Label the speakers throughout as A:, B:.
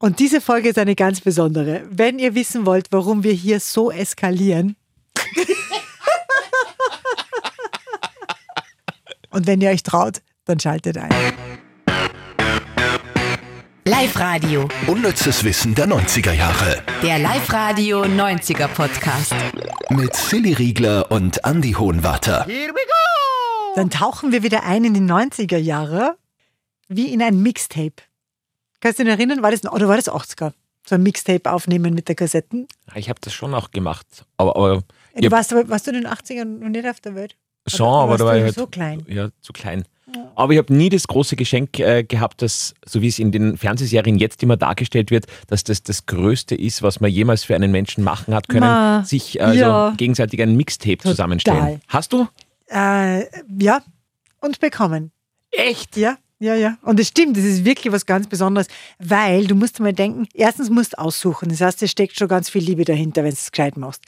A: Und diese Folge ist eine ganz besondere. Wenn ihr wissen wollt, warum wir hier so eskalieren. und wenn ihr euch traut, dann schaltet ein.
B: Live-Radio,
C: Unnützes Wissen der 90er Jahre.
B: der Live-Radio 90er Podcast.
C: Mit Silly Riegler und Andy Hohenwarter.
A: Dann tauchen wir wieder ein in die 90er Jahre, wie in ein Mixtape. Kannst du dich erinnern, war das, oder war das 80er? So ein Mixtape aufnehmen mit der Kassetten.
D: Ah, Ich habe das schon auch gemacht. Aber, aber
A: Du
D: Ja.
A: warst, aber- warst du in den 80ern noch nicht auf der Welt?
D: schon,
A: Oder
D: aber
A: warst
D: da war
A: du
D: ich
A: eben
D: halt
A: so klein?
D: Ja, zu klein. Aber ich habe nie das große Geschenk äh, gehabt, dass, so wie es in den Fernsehserien jetzt immer dargestellt wird, dass das das Größte ist, was man jemals für einen Menschen machen hat können,
A: Ma,
D: sich also
A: ja.
D: gegenseitig einen Mixtape zusammenstellen. Hast du?
A: Äh, ja, und bekommen.
D: Echt?
A: Ja, ja, ja. Und es stimmt, das ist wirklich was ganz Besonderes, weil du musst mal denken, erstens musst du aussuchen. Das heißt, es steckt schon ganz viel Liebe dahinter, wenn du es gescheit machst.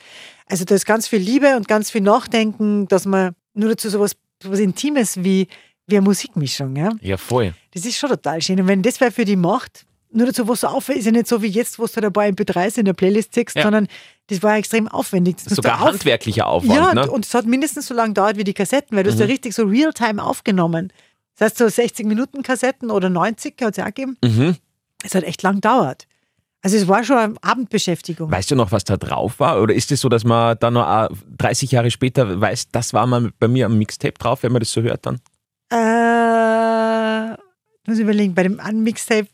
A: Also da ist ganz viel Liebe und ganz viel Nachdenken, dass man nur dazu sowas, sowas Intimes wie, wie eine Musikmischung, ja.
D: Ja, voll.
A: Das ist schon total schön. Und wenn das wer für die macht, nur dazu, was so aufwendig ist, ja nicht so wie jetzt, wo du halt ein paar MP3s in der Playlist ziehst,
D: Ja.
A: sondern das war ja extrem aufwendig. Das musst du
D: Sogar
A: auf-
D: handwerklicher Aufwand,
A: ja,
D: ne? Mhm.
A: und es hat mindestens so lange gedauert wie die Kassetten, weil du hast ja richtig so real-time aufgenommen. Das heißt, so 60-Minuten-Kassetten oder 90 hat es ja auch gegeben.
D: Mhm.
A: Es hat echt lang gedauert. Also es war schon eine Abendbeschäftigung.
D: Weißt du noch, was da drauf war? Oder ist es so, dass man dann noch äh, 30 Jahre später weiß, das war mal bei mir am Mixtape drauf, wenn man das so hört dann?
A: Äh, ich muss überlegen, bei dem An Mixtape,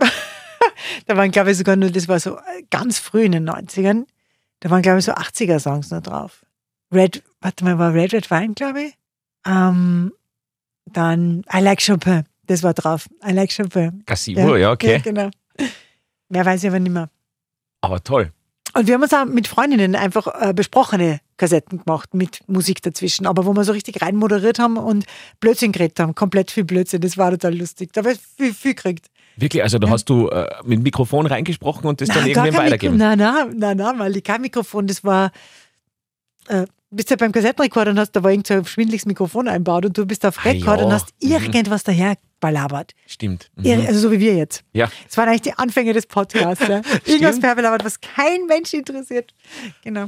A: da waren glaube ich sogar nur, das war so äh, ganz früh in den 90ern, da waren glaube ich so 80er-Songs noch drauf. Red, warte mal, war Red Red Wine, glaube ich. Ähm, dann I Like Chopin, das war drauf. I Like Chopin.
D: Casio, ja, okay.
A: Ja, genau. Mehr weiß ich aber nicht mehr.
D: Aber toll.
A: Und wir haben uns auch mit Freundinnen einfach äh, besprochene Kassetten gemacht mit Musik dazwischen, aber wo wir so richtig rein moderiert haben und Blödsinn geredet haben, komplett viel Blödsinn. Das war total lustig. Da habe ich viel, viel gekriegt.
D: Wirklich, also da hast du äh, mit dem Mikrofon reingesprochen und das dann
A: gar
D: irgendwem
A: kein Mikro-
D: weitergeben.
A: Nein, nein, nein, nein, weil ich kein Mikrofon, das war. Äh, bist ja beim Kassettenrekorder und hast, da war irgend so ein schwindliches Mikrofon einbaut und du bist auf
D: Ah,
A: Rekord
D: ja.
A: und hast
D: Mhm.
A: irgendwas daher balabert.
D: Stimmt. Mhm.
A: Irre, Also so wie wir jetzt.
D: Ja.
A: Es waren eigentlich die Anfänge des Podcasts. Ne? Irgendwas
D: Stimmt.
A: Pervelabert, was kein Mensch interessiert. Genau.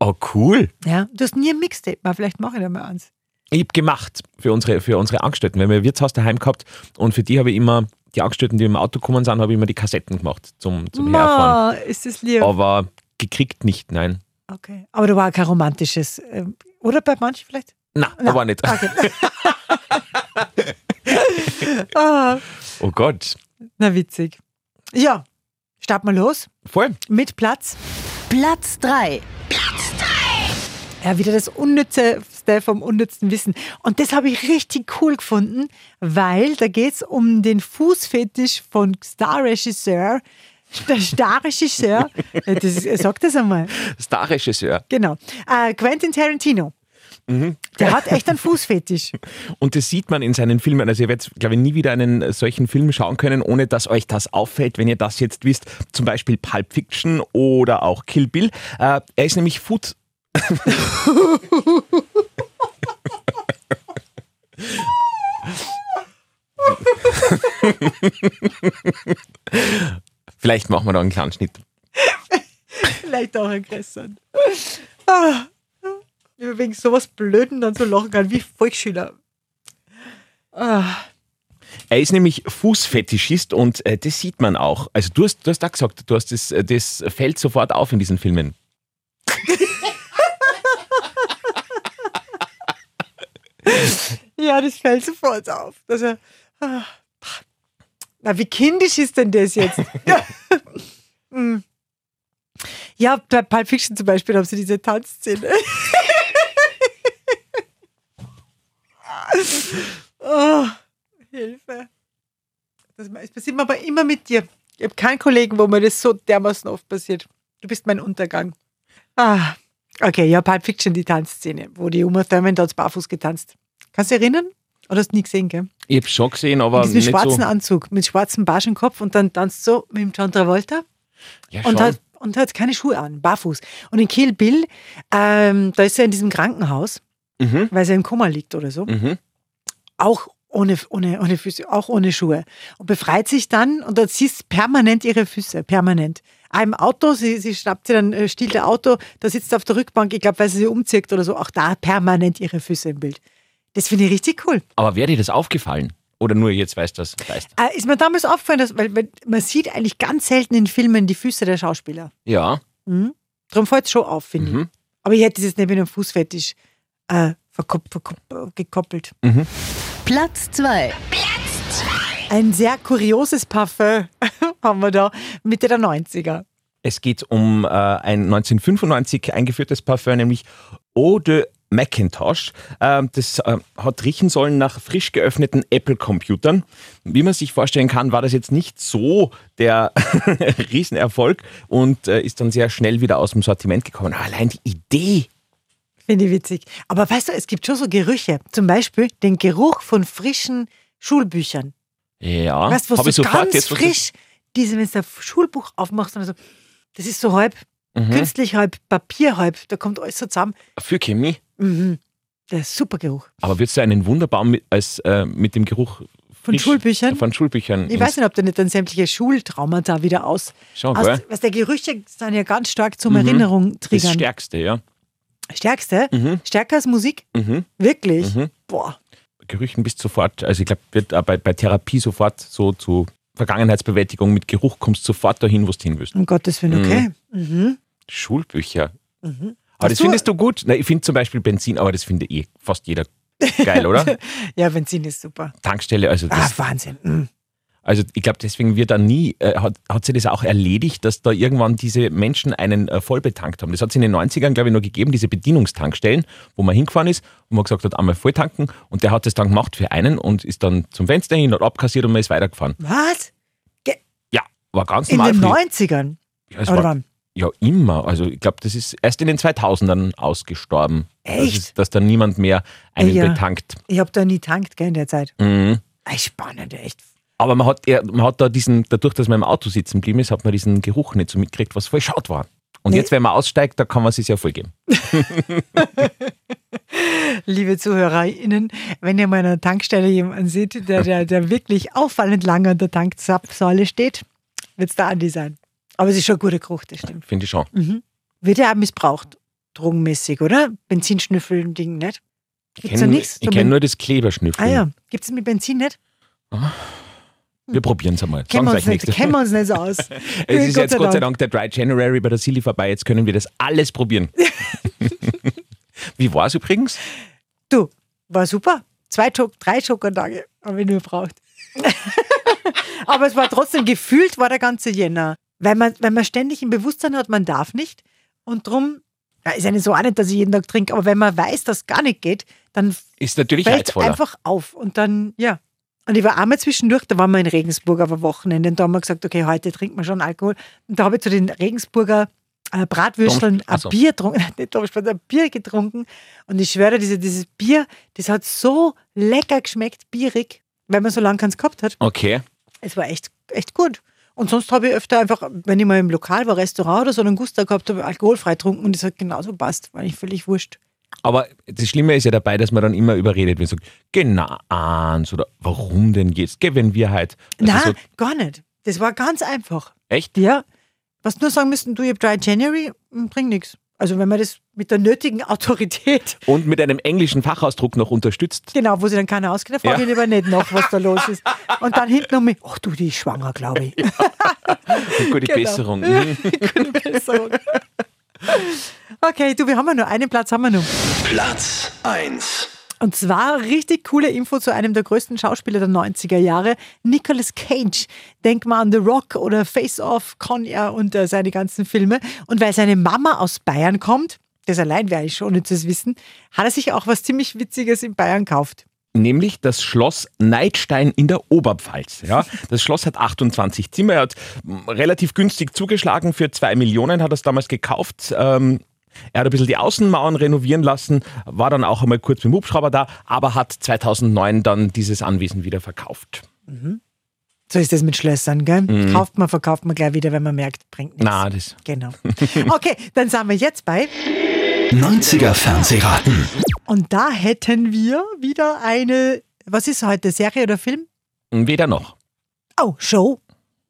D: Oh, cool.
A: Ja. Du hast nie ein Mixtape, aber vielleicht mache ich da mal eins.
D: Ich habe gemacht für unsere, für unsere Angestellten. Wir haben ein Wirtshaus daheim gehabt und für die habe ich immer, die Angestellten, die im Auto gekommen sind, habe ich immer die Kassetten gemacht zum, zum Herfahren.
A: Ma, ist das lieb.
D: Aber gekriegt nicht, nein.
A: Okay. Aber da war kein romantisches. ähm, Oder bei manchen vielleicht?
D: Na,
A: Na,
D: aber nicht.
A: Okay. ah,
D: Oh Gott.
A: na, witzig. Ja, starten wir los.
D: Voll.
A: Mit Platz.
B: Platz 3.
A: Ja, wieder das Unnützeste vom unnützen Wissen. Und das habe ich richtig cool gefunden, weil da geht es um den Fußfetisch von Starregisseur. Der Starregisseur, äh, das ist, sag das einmal.
D: Starregisseur.
A: Genau. Äh, Quentin Tarantino. Der hat echt einen Fußfetisch.
D: Und das sieht man in seinen Filmen. Also ihr werdet, glaube ich, nie wieder einen äh, solchen Film schauen können, ohne dass euch das auffällt, wenn ihr das jetzt wisst. Zum Beispiel Pulp Fiction oder auch Kill Bill. Äh, er ist nämlich Food. Vielleicht machen wir da einen kleinen Schnitt.
A: Vielleicht auch interessant. Ah, Wenn ich wegen sowas Blöden dann so lachen kann, wie Volksschüler. Ah,
D: Er ist nämlich Fußfetischist und äh, das sieht man auch. Also du hast, du hast da gesagt, du hast das, äh, das fällt sofort auf in diesen Filmen.
A: ja, das fällt sofort auf. Dass er, ah, na, wie kindisch ist denn das jetzt? Hm. ja, bei Pulp Fiction zum Beispiel haben sie diese Tanzszene. oh, Hilfe. Das passiert mir aber immer mit dir. Ich habe keinen Kollegen, wo mir das so dermaßen oft passiert. Du bist mein Untergang. Ah, okay, ja, Pulp Fiction, die Tanzszene, wo die Uma Thurman dort barfuß getanzt. Kannst du dich erinnern? Oder hast du nie gesehen, gell?
D: Ich habe schon gesehen,
A: In
D: aber
A: diesem
D: nicht
A: schwarzen
D: so.
A: Anzug, mit schwarzem Barschenkopf und dann tanzt so mit dem John Travolta
D: Ja,
A: und
D: schon.
A: hat, und hat keine Schuhe an, barfuß. Und in Kill Bill, ähm, da ist er in diesem Krankenhaus,
D: Mhm.
A: weil er im Koma liegt oder so.
D: Mhm.
A: Auch ohne, ohne, ohne Füße, auch ohne Schuhe. Und befreit sich dann und dann siehst du permanent ihre Füße, permanent. Ah, im Auto, sie, sie schnappt sie dann, äh, stiehlt ihr Auto, da sitzt sie auf der Rückbank, ich glaube, weil sie sie umzirkt oder so, auch da permanent ihre Füße im Bild. Das finde ich richtig cool.
D: Aber wäre dir das aufgefallen? Oder nur jetzt weißt du das? Weißt.
A: Äh, ist mir damals aufgefallen, dass, weil, weil man sieht eigentlich ganz selten in Filmen die Füße der Schauspieler.
D: Ja.
A: Darum fällt es schon auf, finde ich.
D: Mhm.
A: Aber ich hätte es jetzt nicht mit einem Fußfetisch äh, verkop- verkop- äh, gekoppelt.
B: Platz 2.
A: Ein sehr kurioses Parfum haben wir da, Mitte der 90er.
E: Es geht um äh, ein 1995 eingeführtes Parfum, nämlich Eau de Macintosh. Ähm, das äh, hat riechen sollen nach frisch geöffneten Apple-Computern. Wie man sich vorstellen kann, war das jetzt nicht so der Riesenerfolg und äh, ist dann sehr schnell wieder aus dem Sortiment gekommen. Aber allein die Idee.
A: Finde ich witzig. Aber weißt du, es gibt schon so Gerüche. Zum Beispiel den Geruch von frischen Schulbüchern.
D: Ja.
A: weißt du, was
D: Ah, Hab
A: du
D: ich sofort
A: ganz
D: jetzt was-
A: frisch, diese, wenn du ein Schulbuch aufmachst, und so, das ist so halb
D: Mhm.
A: künstlich, halb Papier, halb, da kommt alles so zusammen.
D: Für Chemie.
A: Mhm. Der super Geruch.
D: Aber würdest du einen Wunderbaum mit, als, äh, mit dem Geruch
A: Von
D: frisch-
A: Schulbüchern?
D: Von Schulbüchern.
A: Ich weiß nicht, ob da nicht dann sämtliche Schultraumata wieder aus.
D: Schon,
A: aus
D: gell?
A: was der Gerüche sind ja ganz stark zum Erinnerung
D: Mhm. Das
A: triggern.
D: Stärkste, ja.
A: Stärkste? Stärker als Musik?
D: Mhm.
A: Wirklich? Boah.
D: Gerüchen bist sofort, also ich glaube, wird auch bei, bei Therapie sofort so zu Vergangenheitsbewältigung mit Geruch kommst sofort dahin, wo du hin willst.
A: Um Gottes Willen, okay. Mhm.
D: Schulbücher.
A: Hast
D: Aber das
A: du-
D: findest du gut? Na, ich finde zum Beispiel Benzin, aber das finde eh fast jeder geil, oder?
A: Ja, Benzin ist super.
D: Tankstelle, also
A: Ah,
D: das,
A: Wahnsinn. Mhm.
D: also ich glaube, deswegen wird da nie, äh, hat, hat sie das auch erledigt, dass da irgendwann diese Menschen einen äh, voll betankt haben. Das hat es in den 90ern, glaube ich, noch gegeben, diese Bedienungstankstellen, wo man hingefahren ist und man gesagt hat, einmal voll tanken und der hat das dann gemacht für einen und ist dann zum Fenster hin, hat abkassiert und man ist weitergefahren.
A: Was?
D: Ja, war ganz
A: In
D: normal.
A: den
D: früher.
A: 90ern?
D: Ja, es
A: Oder
D: war,
A: wann?
D: ja, immer. Also ich glaube, das ist erst in den 2000ern ausgestorben.
A: Echt?
D: Das ist, dass da niemand mehr einen
A: Ja.
D: betankt.
A: Ich habe da nie tankt, gell, in der Zeit.
D: Mhm.
A: Ey, spannend, echt.
D: Aber man hat, eher, man hat da diesen, dadurch, dass man im Auto sitzen geblieben ist, hat man diesen Geruch nicht so mitgekriegt, was voll schaut war. Und
A: Nee.
D: jetzt, wenn man aussteigt, da kann man sich ja voll geben.
A: Liebe ZuhörerInnen, wenn ihr mal an einer Tankstelle jemanden seht, der, der, der wirklich auffallend lange an der Tanksäule steht, wird es der Andi sein. Aber es ist schon ein guter Geruch, das stimmt.
D: Finde ich schon.
A: Wird ja auch missbraucht, drogenmäßig, oder? Benzinschnüffeln, Ding, nicht?
D: Ich
A: Gibt's da
D: kenn-
A: nichts?
D: Ich
A: So
D: kenne
A: Ben-
D: nur das Kleberschnüffeln.
A: Ah ja, gibt es mit Benzin nicht?
D: Wir probieren es einmal.
A: Kennen wir
D: Sagen's
A: uns
D: euch
A: nicht,
D: nächstes
A: kennen wir uns nicht so aus.
D: Es ist jetzt Gott sei Dank der Dry January bei der Silly vorbei. Jetzt können wir das alles probieren. Wie war es übrigens?
A: Du, war super. Zwei, Schok drei Schokotage haben wir nur gebraucht. Aber es war trotzdem gefühlt, war der ganze Jänner. Weil man, weil man ständig im Bewusstsein hat, man darf nicht. Und drum, ja, ist ja nicht so auch nicht, dass ich jeden Tag trinke, aber wenn man weiß, dass es gar nicht geht, dann
D: Ist natürlich
A: fällt
D: reizvoller.
A: einfach auf. Und dann, ja. Und ich war einmal zwischendurch, da waren wir in Regensburg auf ein Wochenende und da haben wir gesagt, okay, heute trinken wir schon Alkohol. Und da habe ich zu den Regensburger äh, Bratwürsteln
D: Dom-
A: ein
D: Ach so.
A: Bier getrunken, nicht Dom- ein Bier getrunken. Und ich schwöre, diese, dieses Bier, das hat so lecker geschmeckt, bierig, weil man so lange keins gehabt hat.
D: Okay.
A: Es war echt, echt gut. Und sonst habe ich öfter einfach, wenn ich mal im Lokal war, Restaurant oder so einen Guster gehabt habe, alkoholfrei getrunken und das hat genauso passt, weil ich völlig wurscht.
D: Aber das Schlimme ist ja dabei, dass man dann immer überredet wird. So, genau, eins oder warum denn jetzt? Gell, wenn wir halt. Also
A: Nein,
D: so,
A: gar nicht. Das war ganz einfach.
D: echt?
A: Ja, was nur sagen müssten, du, ihr habt Dry January, hm, bringt nichts. Also wenn man das mit der nötigen Autorität,
D: Und mit einem englischen Fachausdruck noch unterstützt.
A: genau, wo sie dann keiner auskennt, frage
D: Ja.
A: ich lieber nicht noch, was da los ist. Und dann hinten um mich, ach du, die ist schwanger, glaube ich.
D: Gute
A: Genau.
D: Besserung. Mhm.
A: Besserung. Okay, du, wir haben ja nur einen Platz, haben wir noch.
C: Platz 1.
A: Und zwar richtig coole Info zu einem der größten Schauspieler der 90er Jahre, Nicolas Cage. Denk mal an The Rock oder Face Off, Con Air und äh, seine ganzen Filme. Und weil seine Mama aus Bayern kommt, das allein wäre ich schon, nicht das Wissen, hat er sich auch was ziemlich Witziges in Bayern gekauft.
D: Nämlich das Schloss Neidstein in der Oberpfalz. Ja? Das Schloss hat 28 Zimmer. Er hat mm, relativ günstig zugeschlagen. Für zwei Millionen hat er es damals gekauft. Ähm, er hat ein bisschen die Außenmauern renovieren lassen, war dann auch einmal kurz mit dem Hubschrauber da, aber hat 2009 dann dieses Anwesen wieder verkauft.
A: So ist das mit Schlössern, gell? Kauft man, verkauft man gleich wieder, wenn man merkt, bringt nichts.
D: Na, das
A: Genau. Okay, dann sind wir jetzt bei.
C: 90er Fernsehraten.
A: Und da hätten wir wieder eine Was ist heute? Serie oder Film?
D: Weder noch.
A: Oh, Show.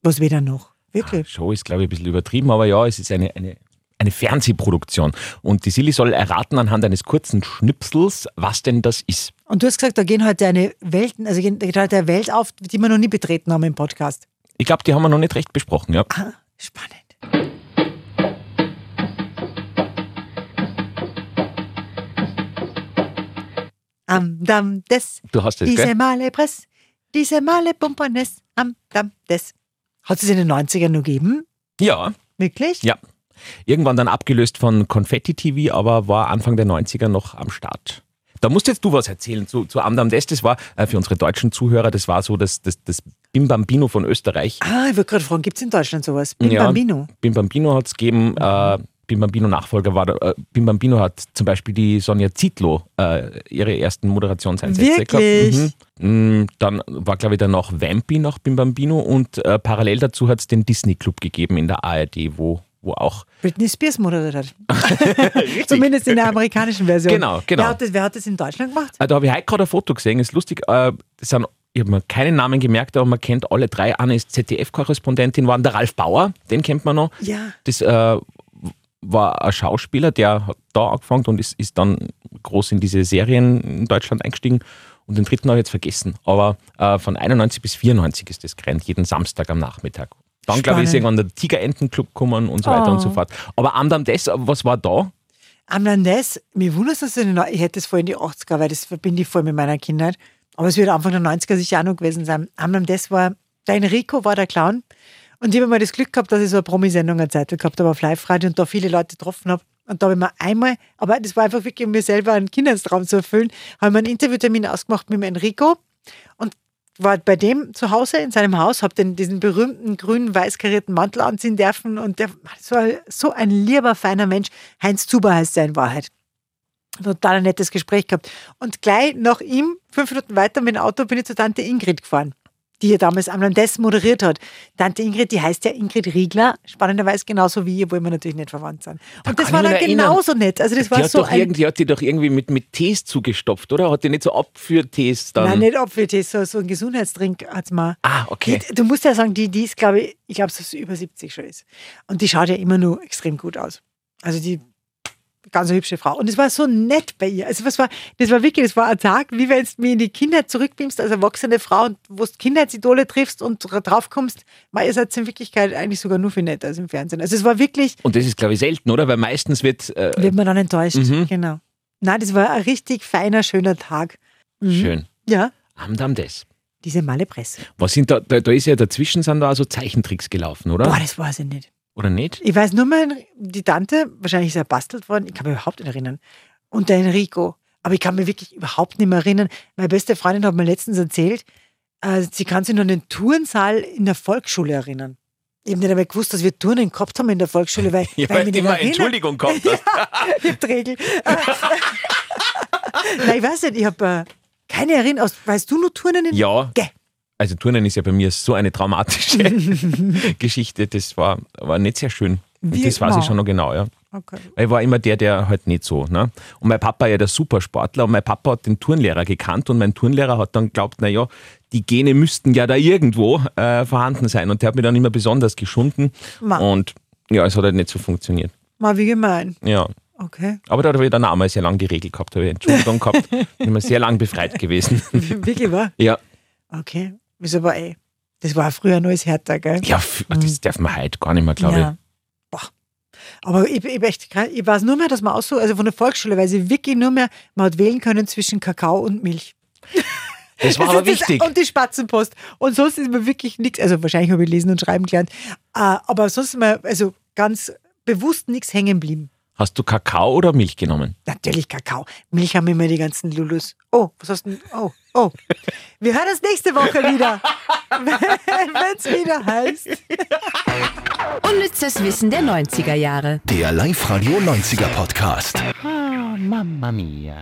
A: Was wieder noch? Wirklich?
D: Show ist, glaube ich, ein bisschen übertrieben, aber ja, es ist eine, eine, eine Fernsehproduktion. Und die Silly soll erraten anhand eines kurzen Schnipsels, was denn das ist.
A: Und du hast gesagt, da gehen heute eine Welten, also gehen- da geht heute eine Welt auf, die wir noch nie betreten haben im Podcast.
D: Ich glaube, die haben wir noch nicht recht besprochen, ja.
A: Ah, spannend. Am Damm des,
D: Du hast es,
A: diese
D: gell?
A: Male Press, diese Male Pumpernes, am Damm des. Hat es in den 90ern noch gegeben?
D: Ja,
A: Wirklich?
D: Ja. irgendwann dann abgelöst von Confetti TV, aber war Anfang der 90er noch am Start. Da musst jetzt du was erzählen zu, zu Amdam Des. Das war äh, für unsere deutschen Zuhörer, das war so das, das, das Bim Bambino von Österreich.
A: Ah, ich wollte gerade fragen, gibt es in Deutschland sowas? Bim
D: Ja.
A: Bambino.
D: Bim Bambino hat es gegeben. Äh, Bim Bambino Nachfolger war, der- äh, Bim Bambino hat zum Beispiel die Sonja Zietlow äh, ihre ersten Moderationseinsätze
A: Wirklich?
D: gehabt. Mhm. Mm, Dann war, glaube ich, danach Vampi nach Bim Bambino und äh, parallel dazu hat es den Disney Club gegeben in der ARD, wo, wo auch.
A: Britney Spears moderiert. Zumindest in der amerikanischen Version.
D: Genau, genau.
A: Wer hat das, wer hat das in Deutschland gemacht?
D: Äh, da habe ich heute gerade ein Foto gesehen, ist lustig. Äh, das sind, ich habe mir keinen Namen gemerkt, aber man kennt alle drei. Anne ist ZDF-Korrespondentin, waren der Ralf Bauer, den kennt man noch.
A: Ja.
D: Das äh, war ein Schauspieler, der hat da angefangen und ist, ist dann groß in diese Serien in Deutschland eingestiegen. Und den dritten habe ich jetzt vergessen. Aber äh, von 91 bis 94 ist das gerannt, jeden Samstag am Nachmittag. Dann, glaube ich,
A: Spannend.
D: ist
A: Oh.
D: irgendwann der Tigerentenclub gekommen und so weiter und so fort. Aber andern des, was war da?
A: Amlandes, mir wundert es, dass ich, ich hätte es voll in die 80er, weil das verbinde ich voll mit meiner Kindheit. Aber es wird Anfang der 90er sicher auch noch gewesen sein. Amlandes war, der Enrico war der Clown. Und ich habe mal das Glück gehabt, dass ich so eine Promi-Sendung eine Zeit lang gehabt habe auf Live-Radio und da viele Leute getroffen habe. Und da habe ich mir einmal, aber das war einfach wirklich, um mir selber einen Kindheitstraum zu erfüllen, habe ich mir einen Interviewtermin ausgemacht mit dem Enrico und war bei dem zu Hause in seinem Haus, habe den diesen berühmten grünen weiß karierten Mantel anziehen dürfen und der das war so ein lieber feiner Mensch. Heinz Zuber heißt er in Wahrheit. Total ein nettes Gespräch gehabt. Und gleich nach ihm, fünf Minuten weiter mit dem Auto, bin ich zur Tante Ingrid gefahren, die ja damals am Landes moderiert hat. Tante Ingrid, die heißt ja Ingrid Riegler, spannenderweise genauso wie ihr, wo wir natürlich nicht verwandt sind. Und das
D: kann
A: war
D: ich
A: dann
D: mich erinnern.
A: genauso nett. Also das
D: Die
A: war
D: hat,
A: so
D: doch
A: ein
D: irgendwie, die hat die doch irgendwie mit, mit Tees zugestopft, oder? Hat die nicht so Abführtees dann?
A: Nein, nicht Apfeltee, so, so ein Gesundheitstrink hat's mal.
D: Ah, okay.
A: Die, du musst ja sagen, die, die ist, glaube ich, ich glaube, dass sie über 70 schon ist. Und die schaut ja immer nur extrem gut aus. Also die ganz eine hübsche Frau. Und es war so nett bei ihr. Also was war, das war wirklich, das war ein Tag, wie wenn du mir in die Kindheit zurückbeamst als erwachsene Frau und wo du Kindheitsidole triffst und dra- draufkommst, man ihr seid in Wirklichkeit eigentlich sogar nur viel netter als im Fernsehen. Also es war wirklich,
D: Und das ist, glaube ich, selten, oder? Weil meistens wird äh,
A: wird man dann enttäuscht.
D: Mhm.
A: Genau. Nein, das war ein richtig feiner, schöner Tag. mhm.
D: schön. Ah.
A: Ja,
D: Amdam des.
A: diese Male Presse.
D: Was sind da, da, da ist ja dazwischen sind da auch so Zeichentricks gelaufen, oder?
A: Boah, das weiß ich nicht.
D: Oder nicht?
A: Ich weiß nur mal, die Tante, wahrscheinlich ist er bastelt worden, ich kann mich überhaupt nicht erinnern. Und der Enrico. Aber ich kann mich wirklich überhaupt nicht mehr erinnern. Meine beste Freundin hat mir letztens erzählt, äh, sie kann sich noch an den Turnsaal in der Volksschule erinnern. Ich habe nicht einmal gewusst, dass wir Turnen gehabt haben in der Volksschule, weil, weil ich mich nicht mehr erinnern.
D: kommt das.
A: Ich hab die Regel. Äh, Nein, ich weiß nicht, ich habe äh, keine Erinnerung. Aus- Weißt du nur Turnen in
D: Ja.
A: Gell.
D: Also Turnen ist ja bei mir so eine traumatische Geschichte. Das war, war nicht sehr schön.
A: Wie
D: Und das weiß
A: immer.
D: ich schon noch genau, ja.
A: Okay.
D: Weil ich war immer der, der halt nicht so. Ne? Und mein Papa ja der Supersportler und mein Papa hat den Turnlehrer gekannt und mein Turnlehrer hat dann geglaubt, naja, die Gene müssten ja da irgendwo äh, vorhanden sein. Und der hat mich dann immer besonders geschunden.
A: Ma.
D: Und ja, es hat halt nicht so funktioniert.
A: Mal wie gemein.
D: Ja.
A: Okay.
D: Aber da habe ich dann auch mal sehr lange die Regel gehabt, habe ich Entschuldigung gehabt. Bin mir sehr lang befreit gewesen.
A: Wirklich, war?
D: ja.
A: Okay. Wieso aber ey? Das war früher nur das härter, gell?
D: Ja, f- das darf man heute gar nicht mehr, glaube ich.
A: Boah. Aber ich, ich, echt, kein- ich weiß nur mehr, dass man aussucht, also von der Volksschule, weil sie wirklich nur mehr, man hat wählen können zwischen Kakao und Milch.
D: Das war
A: Das
D: aber
A: ist das-
D: wichtig.
A: Und die Spatzenpost. Und sonst ist mir wirklich nichts, also wahrscheinlich habe ich lesen und schreiben gelernt, äh, aber sonst ist mir also ganz bewusst nichts hängen geblieben.
D: Hast du Kakao oder Milch genommen?
A: Natürlich Kakao. Milch haben immer die ganzen Lulus. Oh, was hast du denn? Oh, oh. Wir hören uns nächste Woche wieder. Wenn es wieder heißt.
B: Unnützes Wissen der 90er Jahre.
C: Der Live-Radio 90er Podcast.
F: Mamma mia.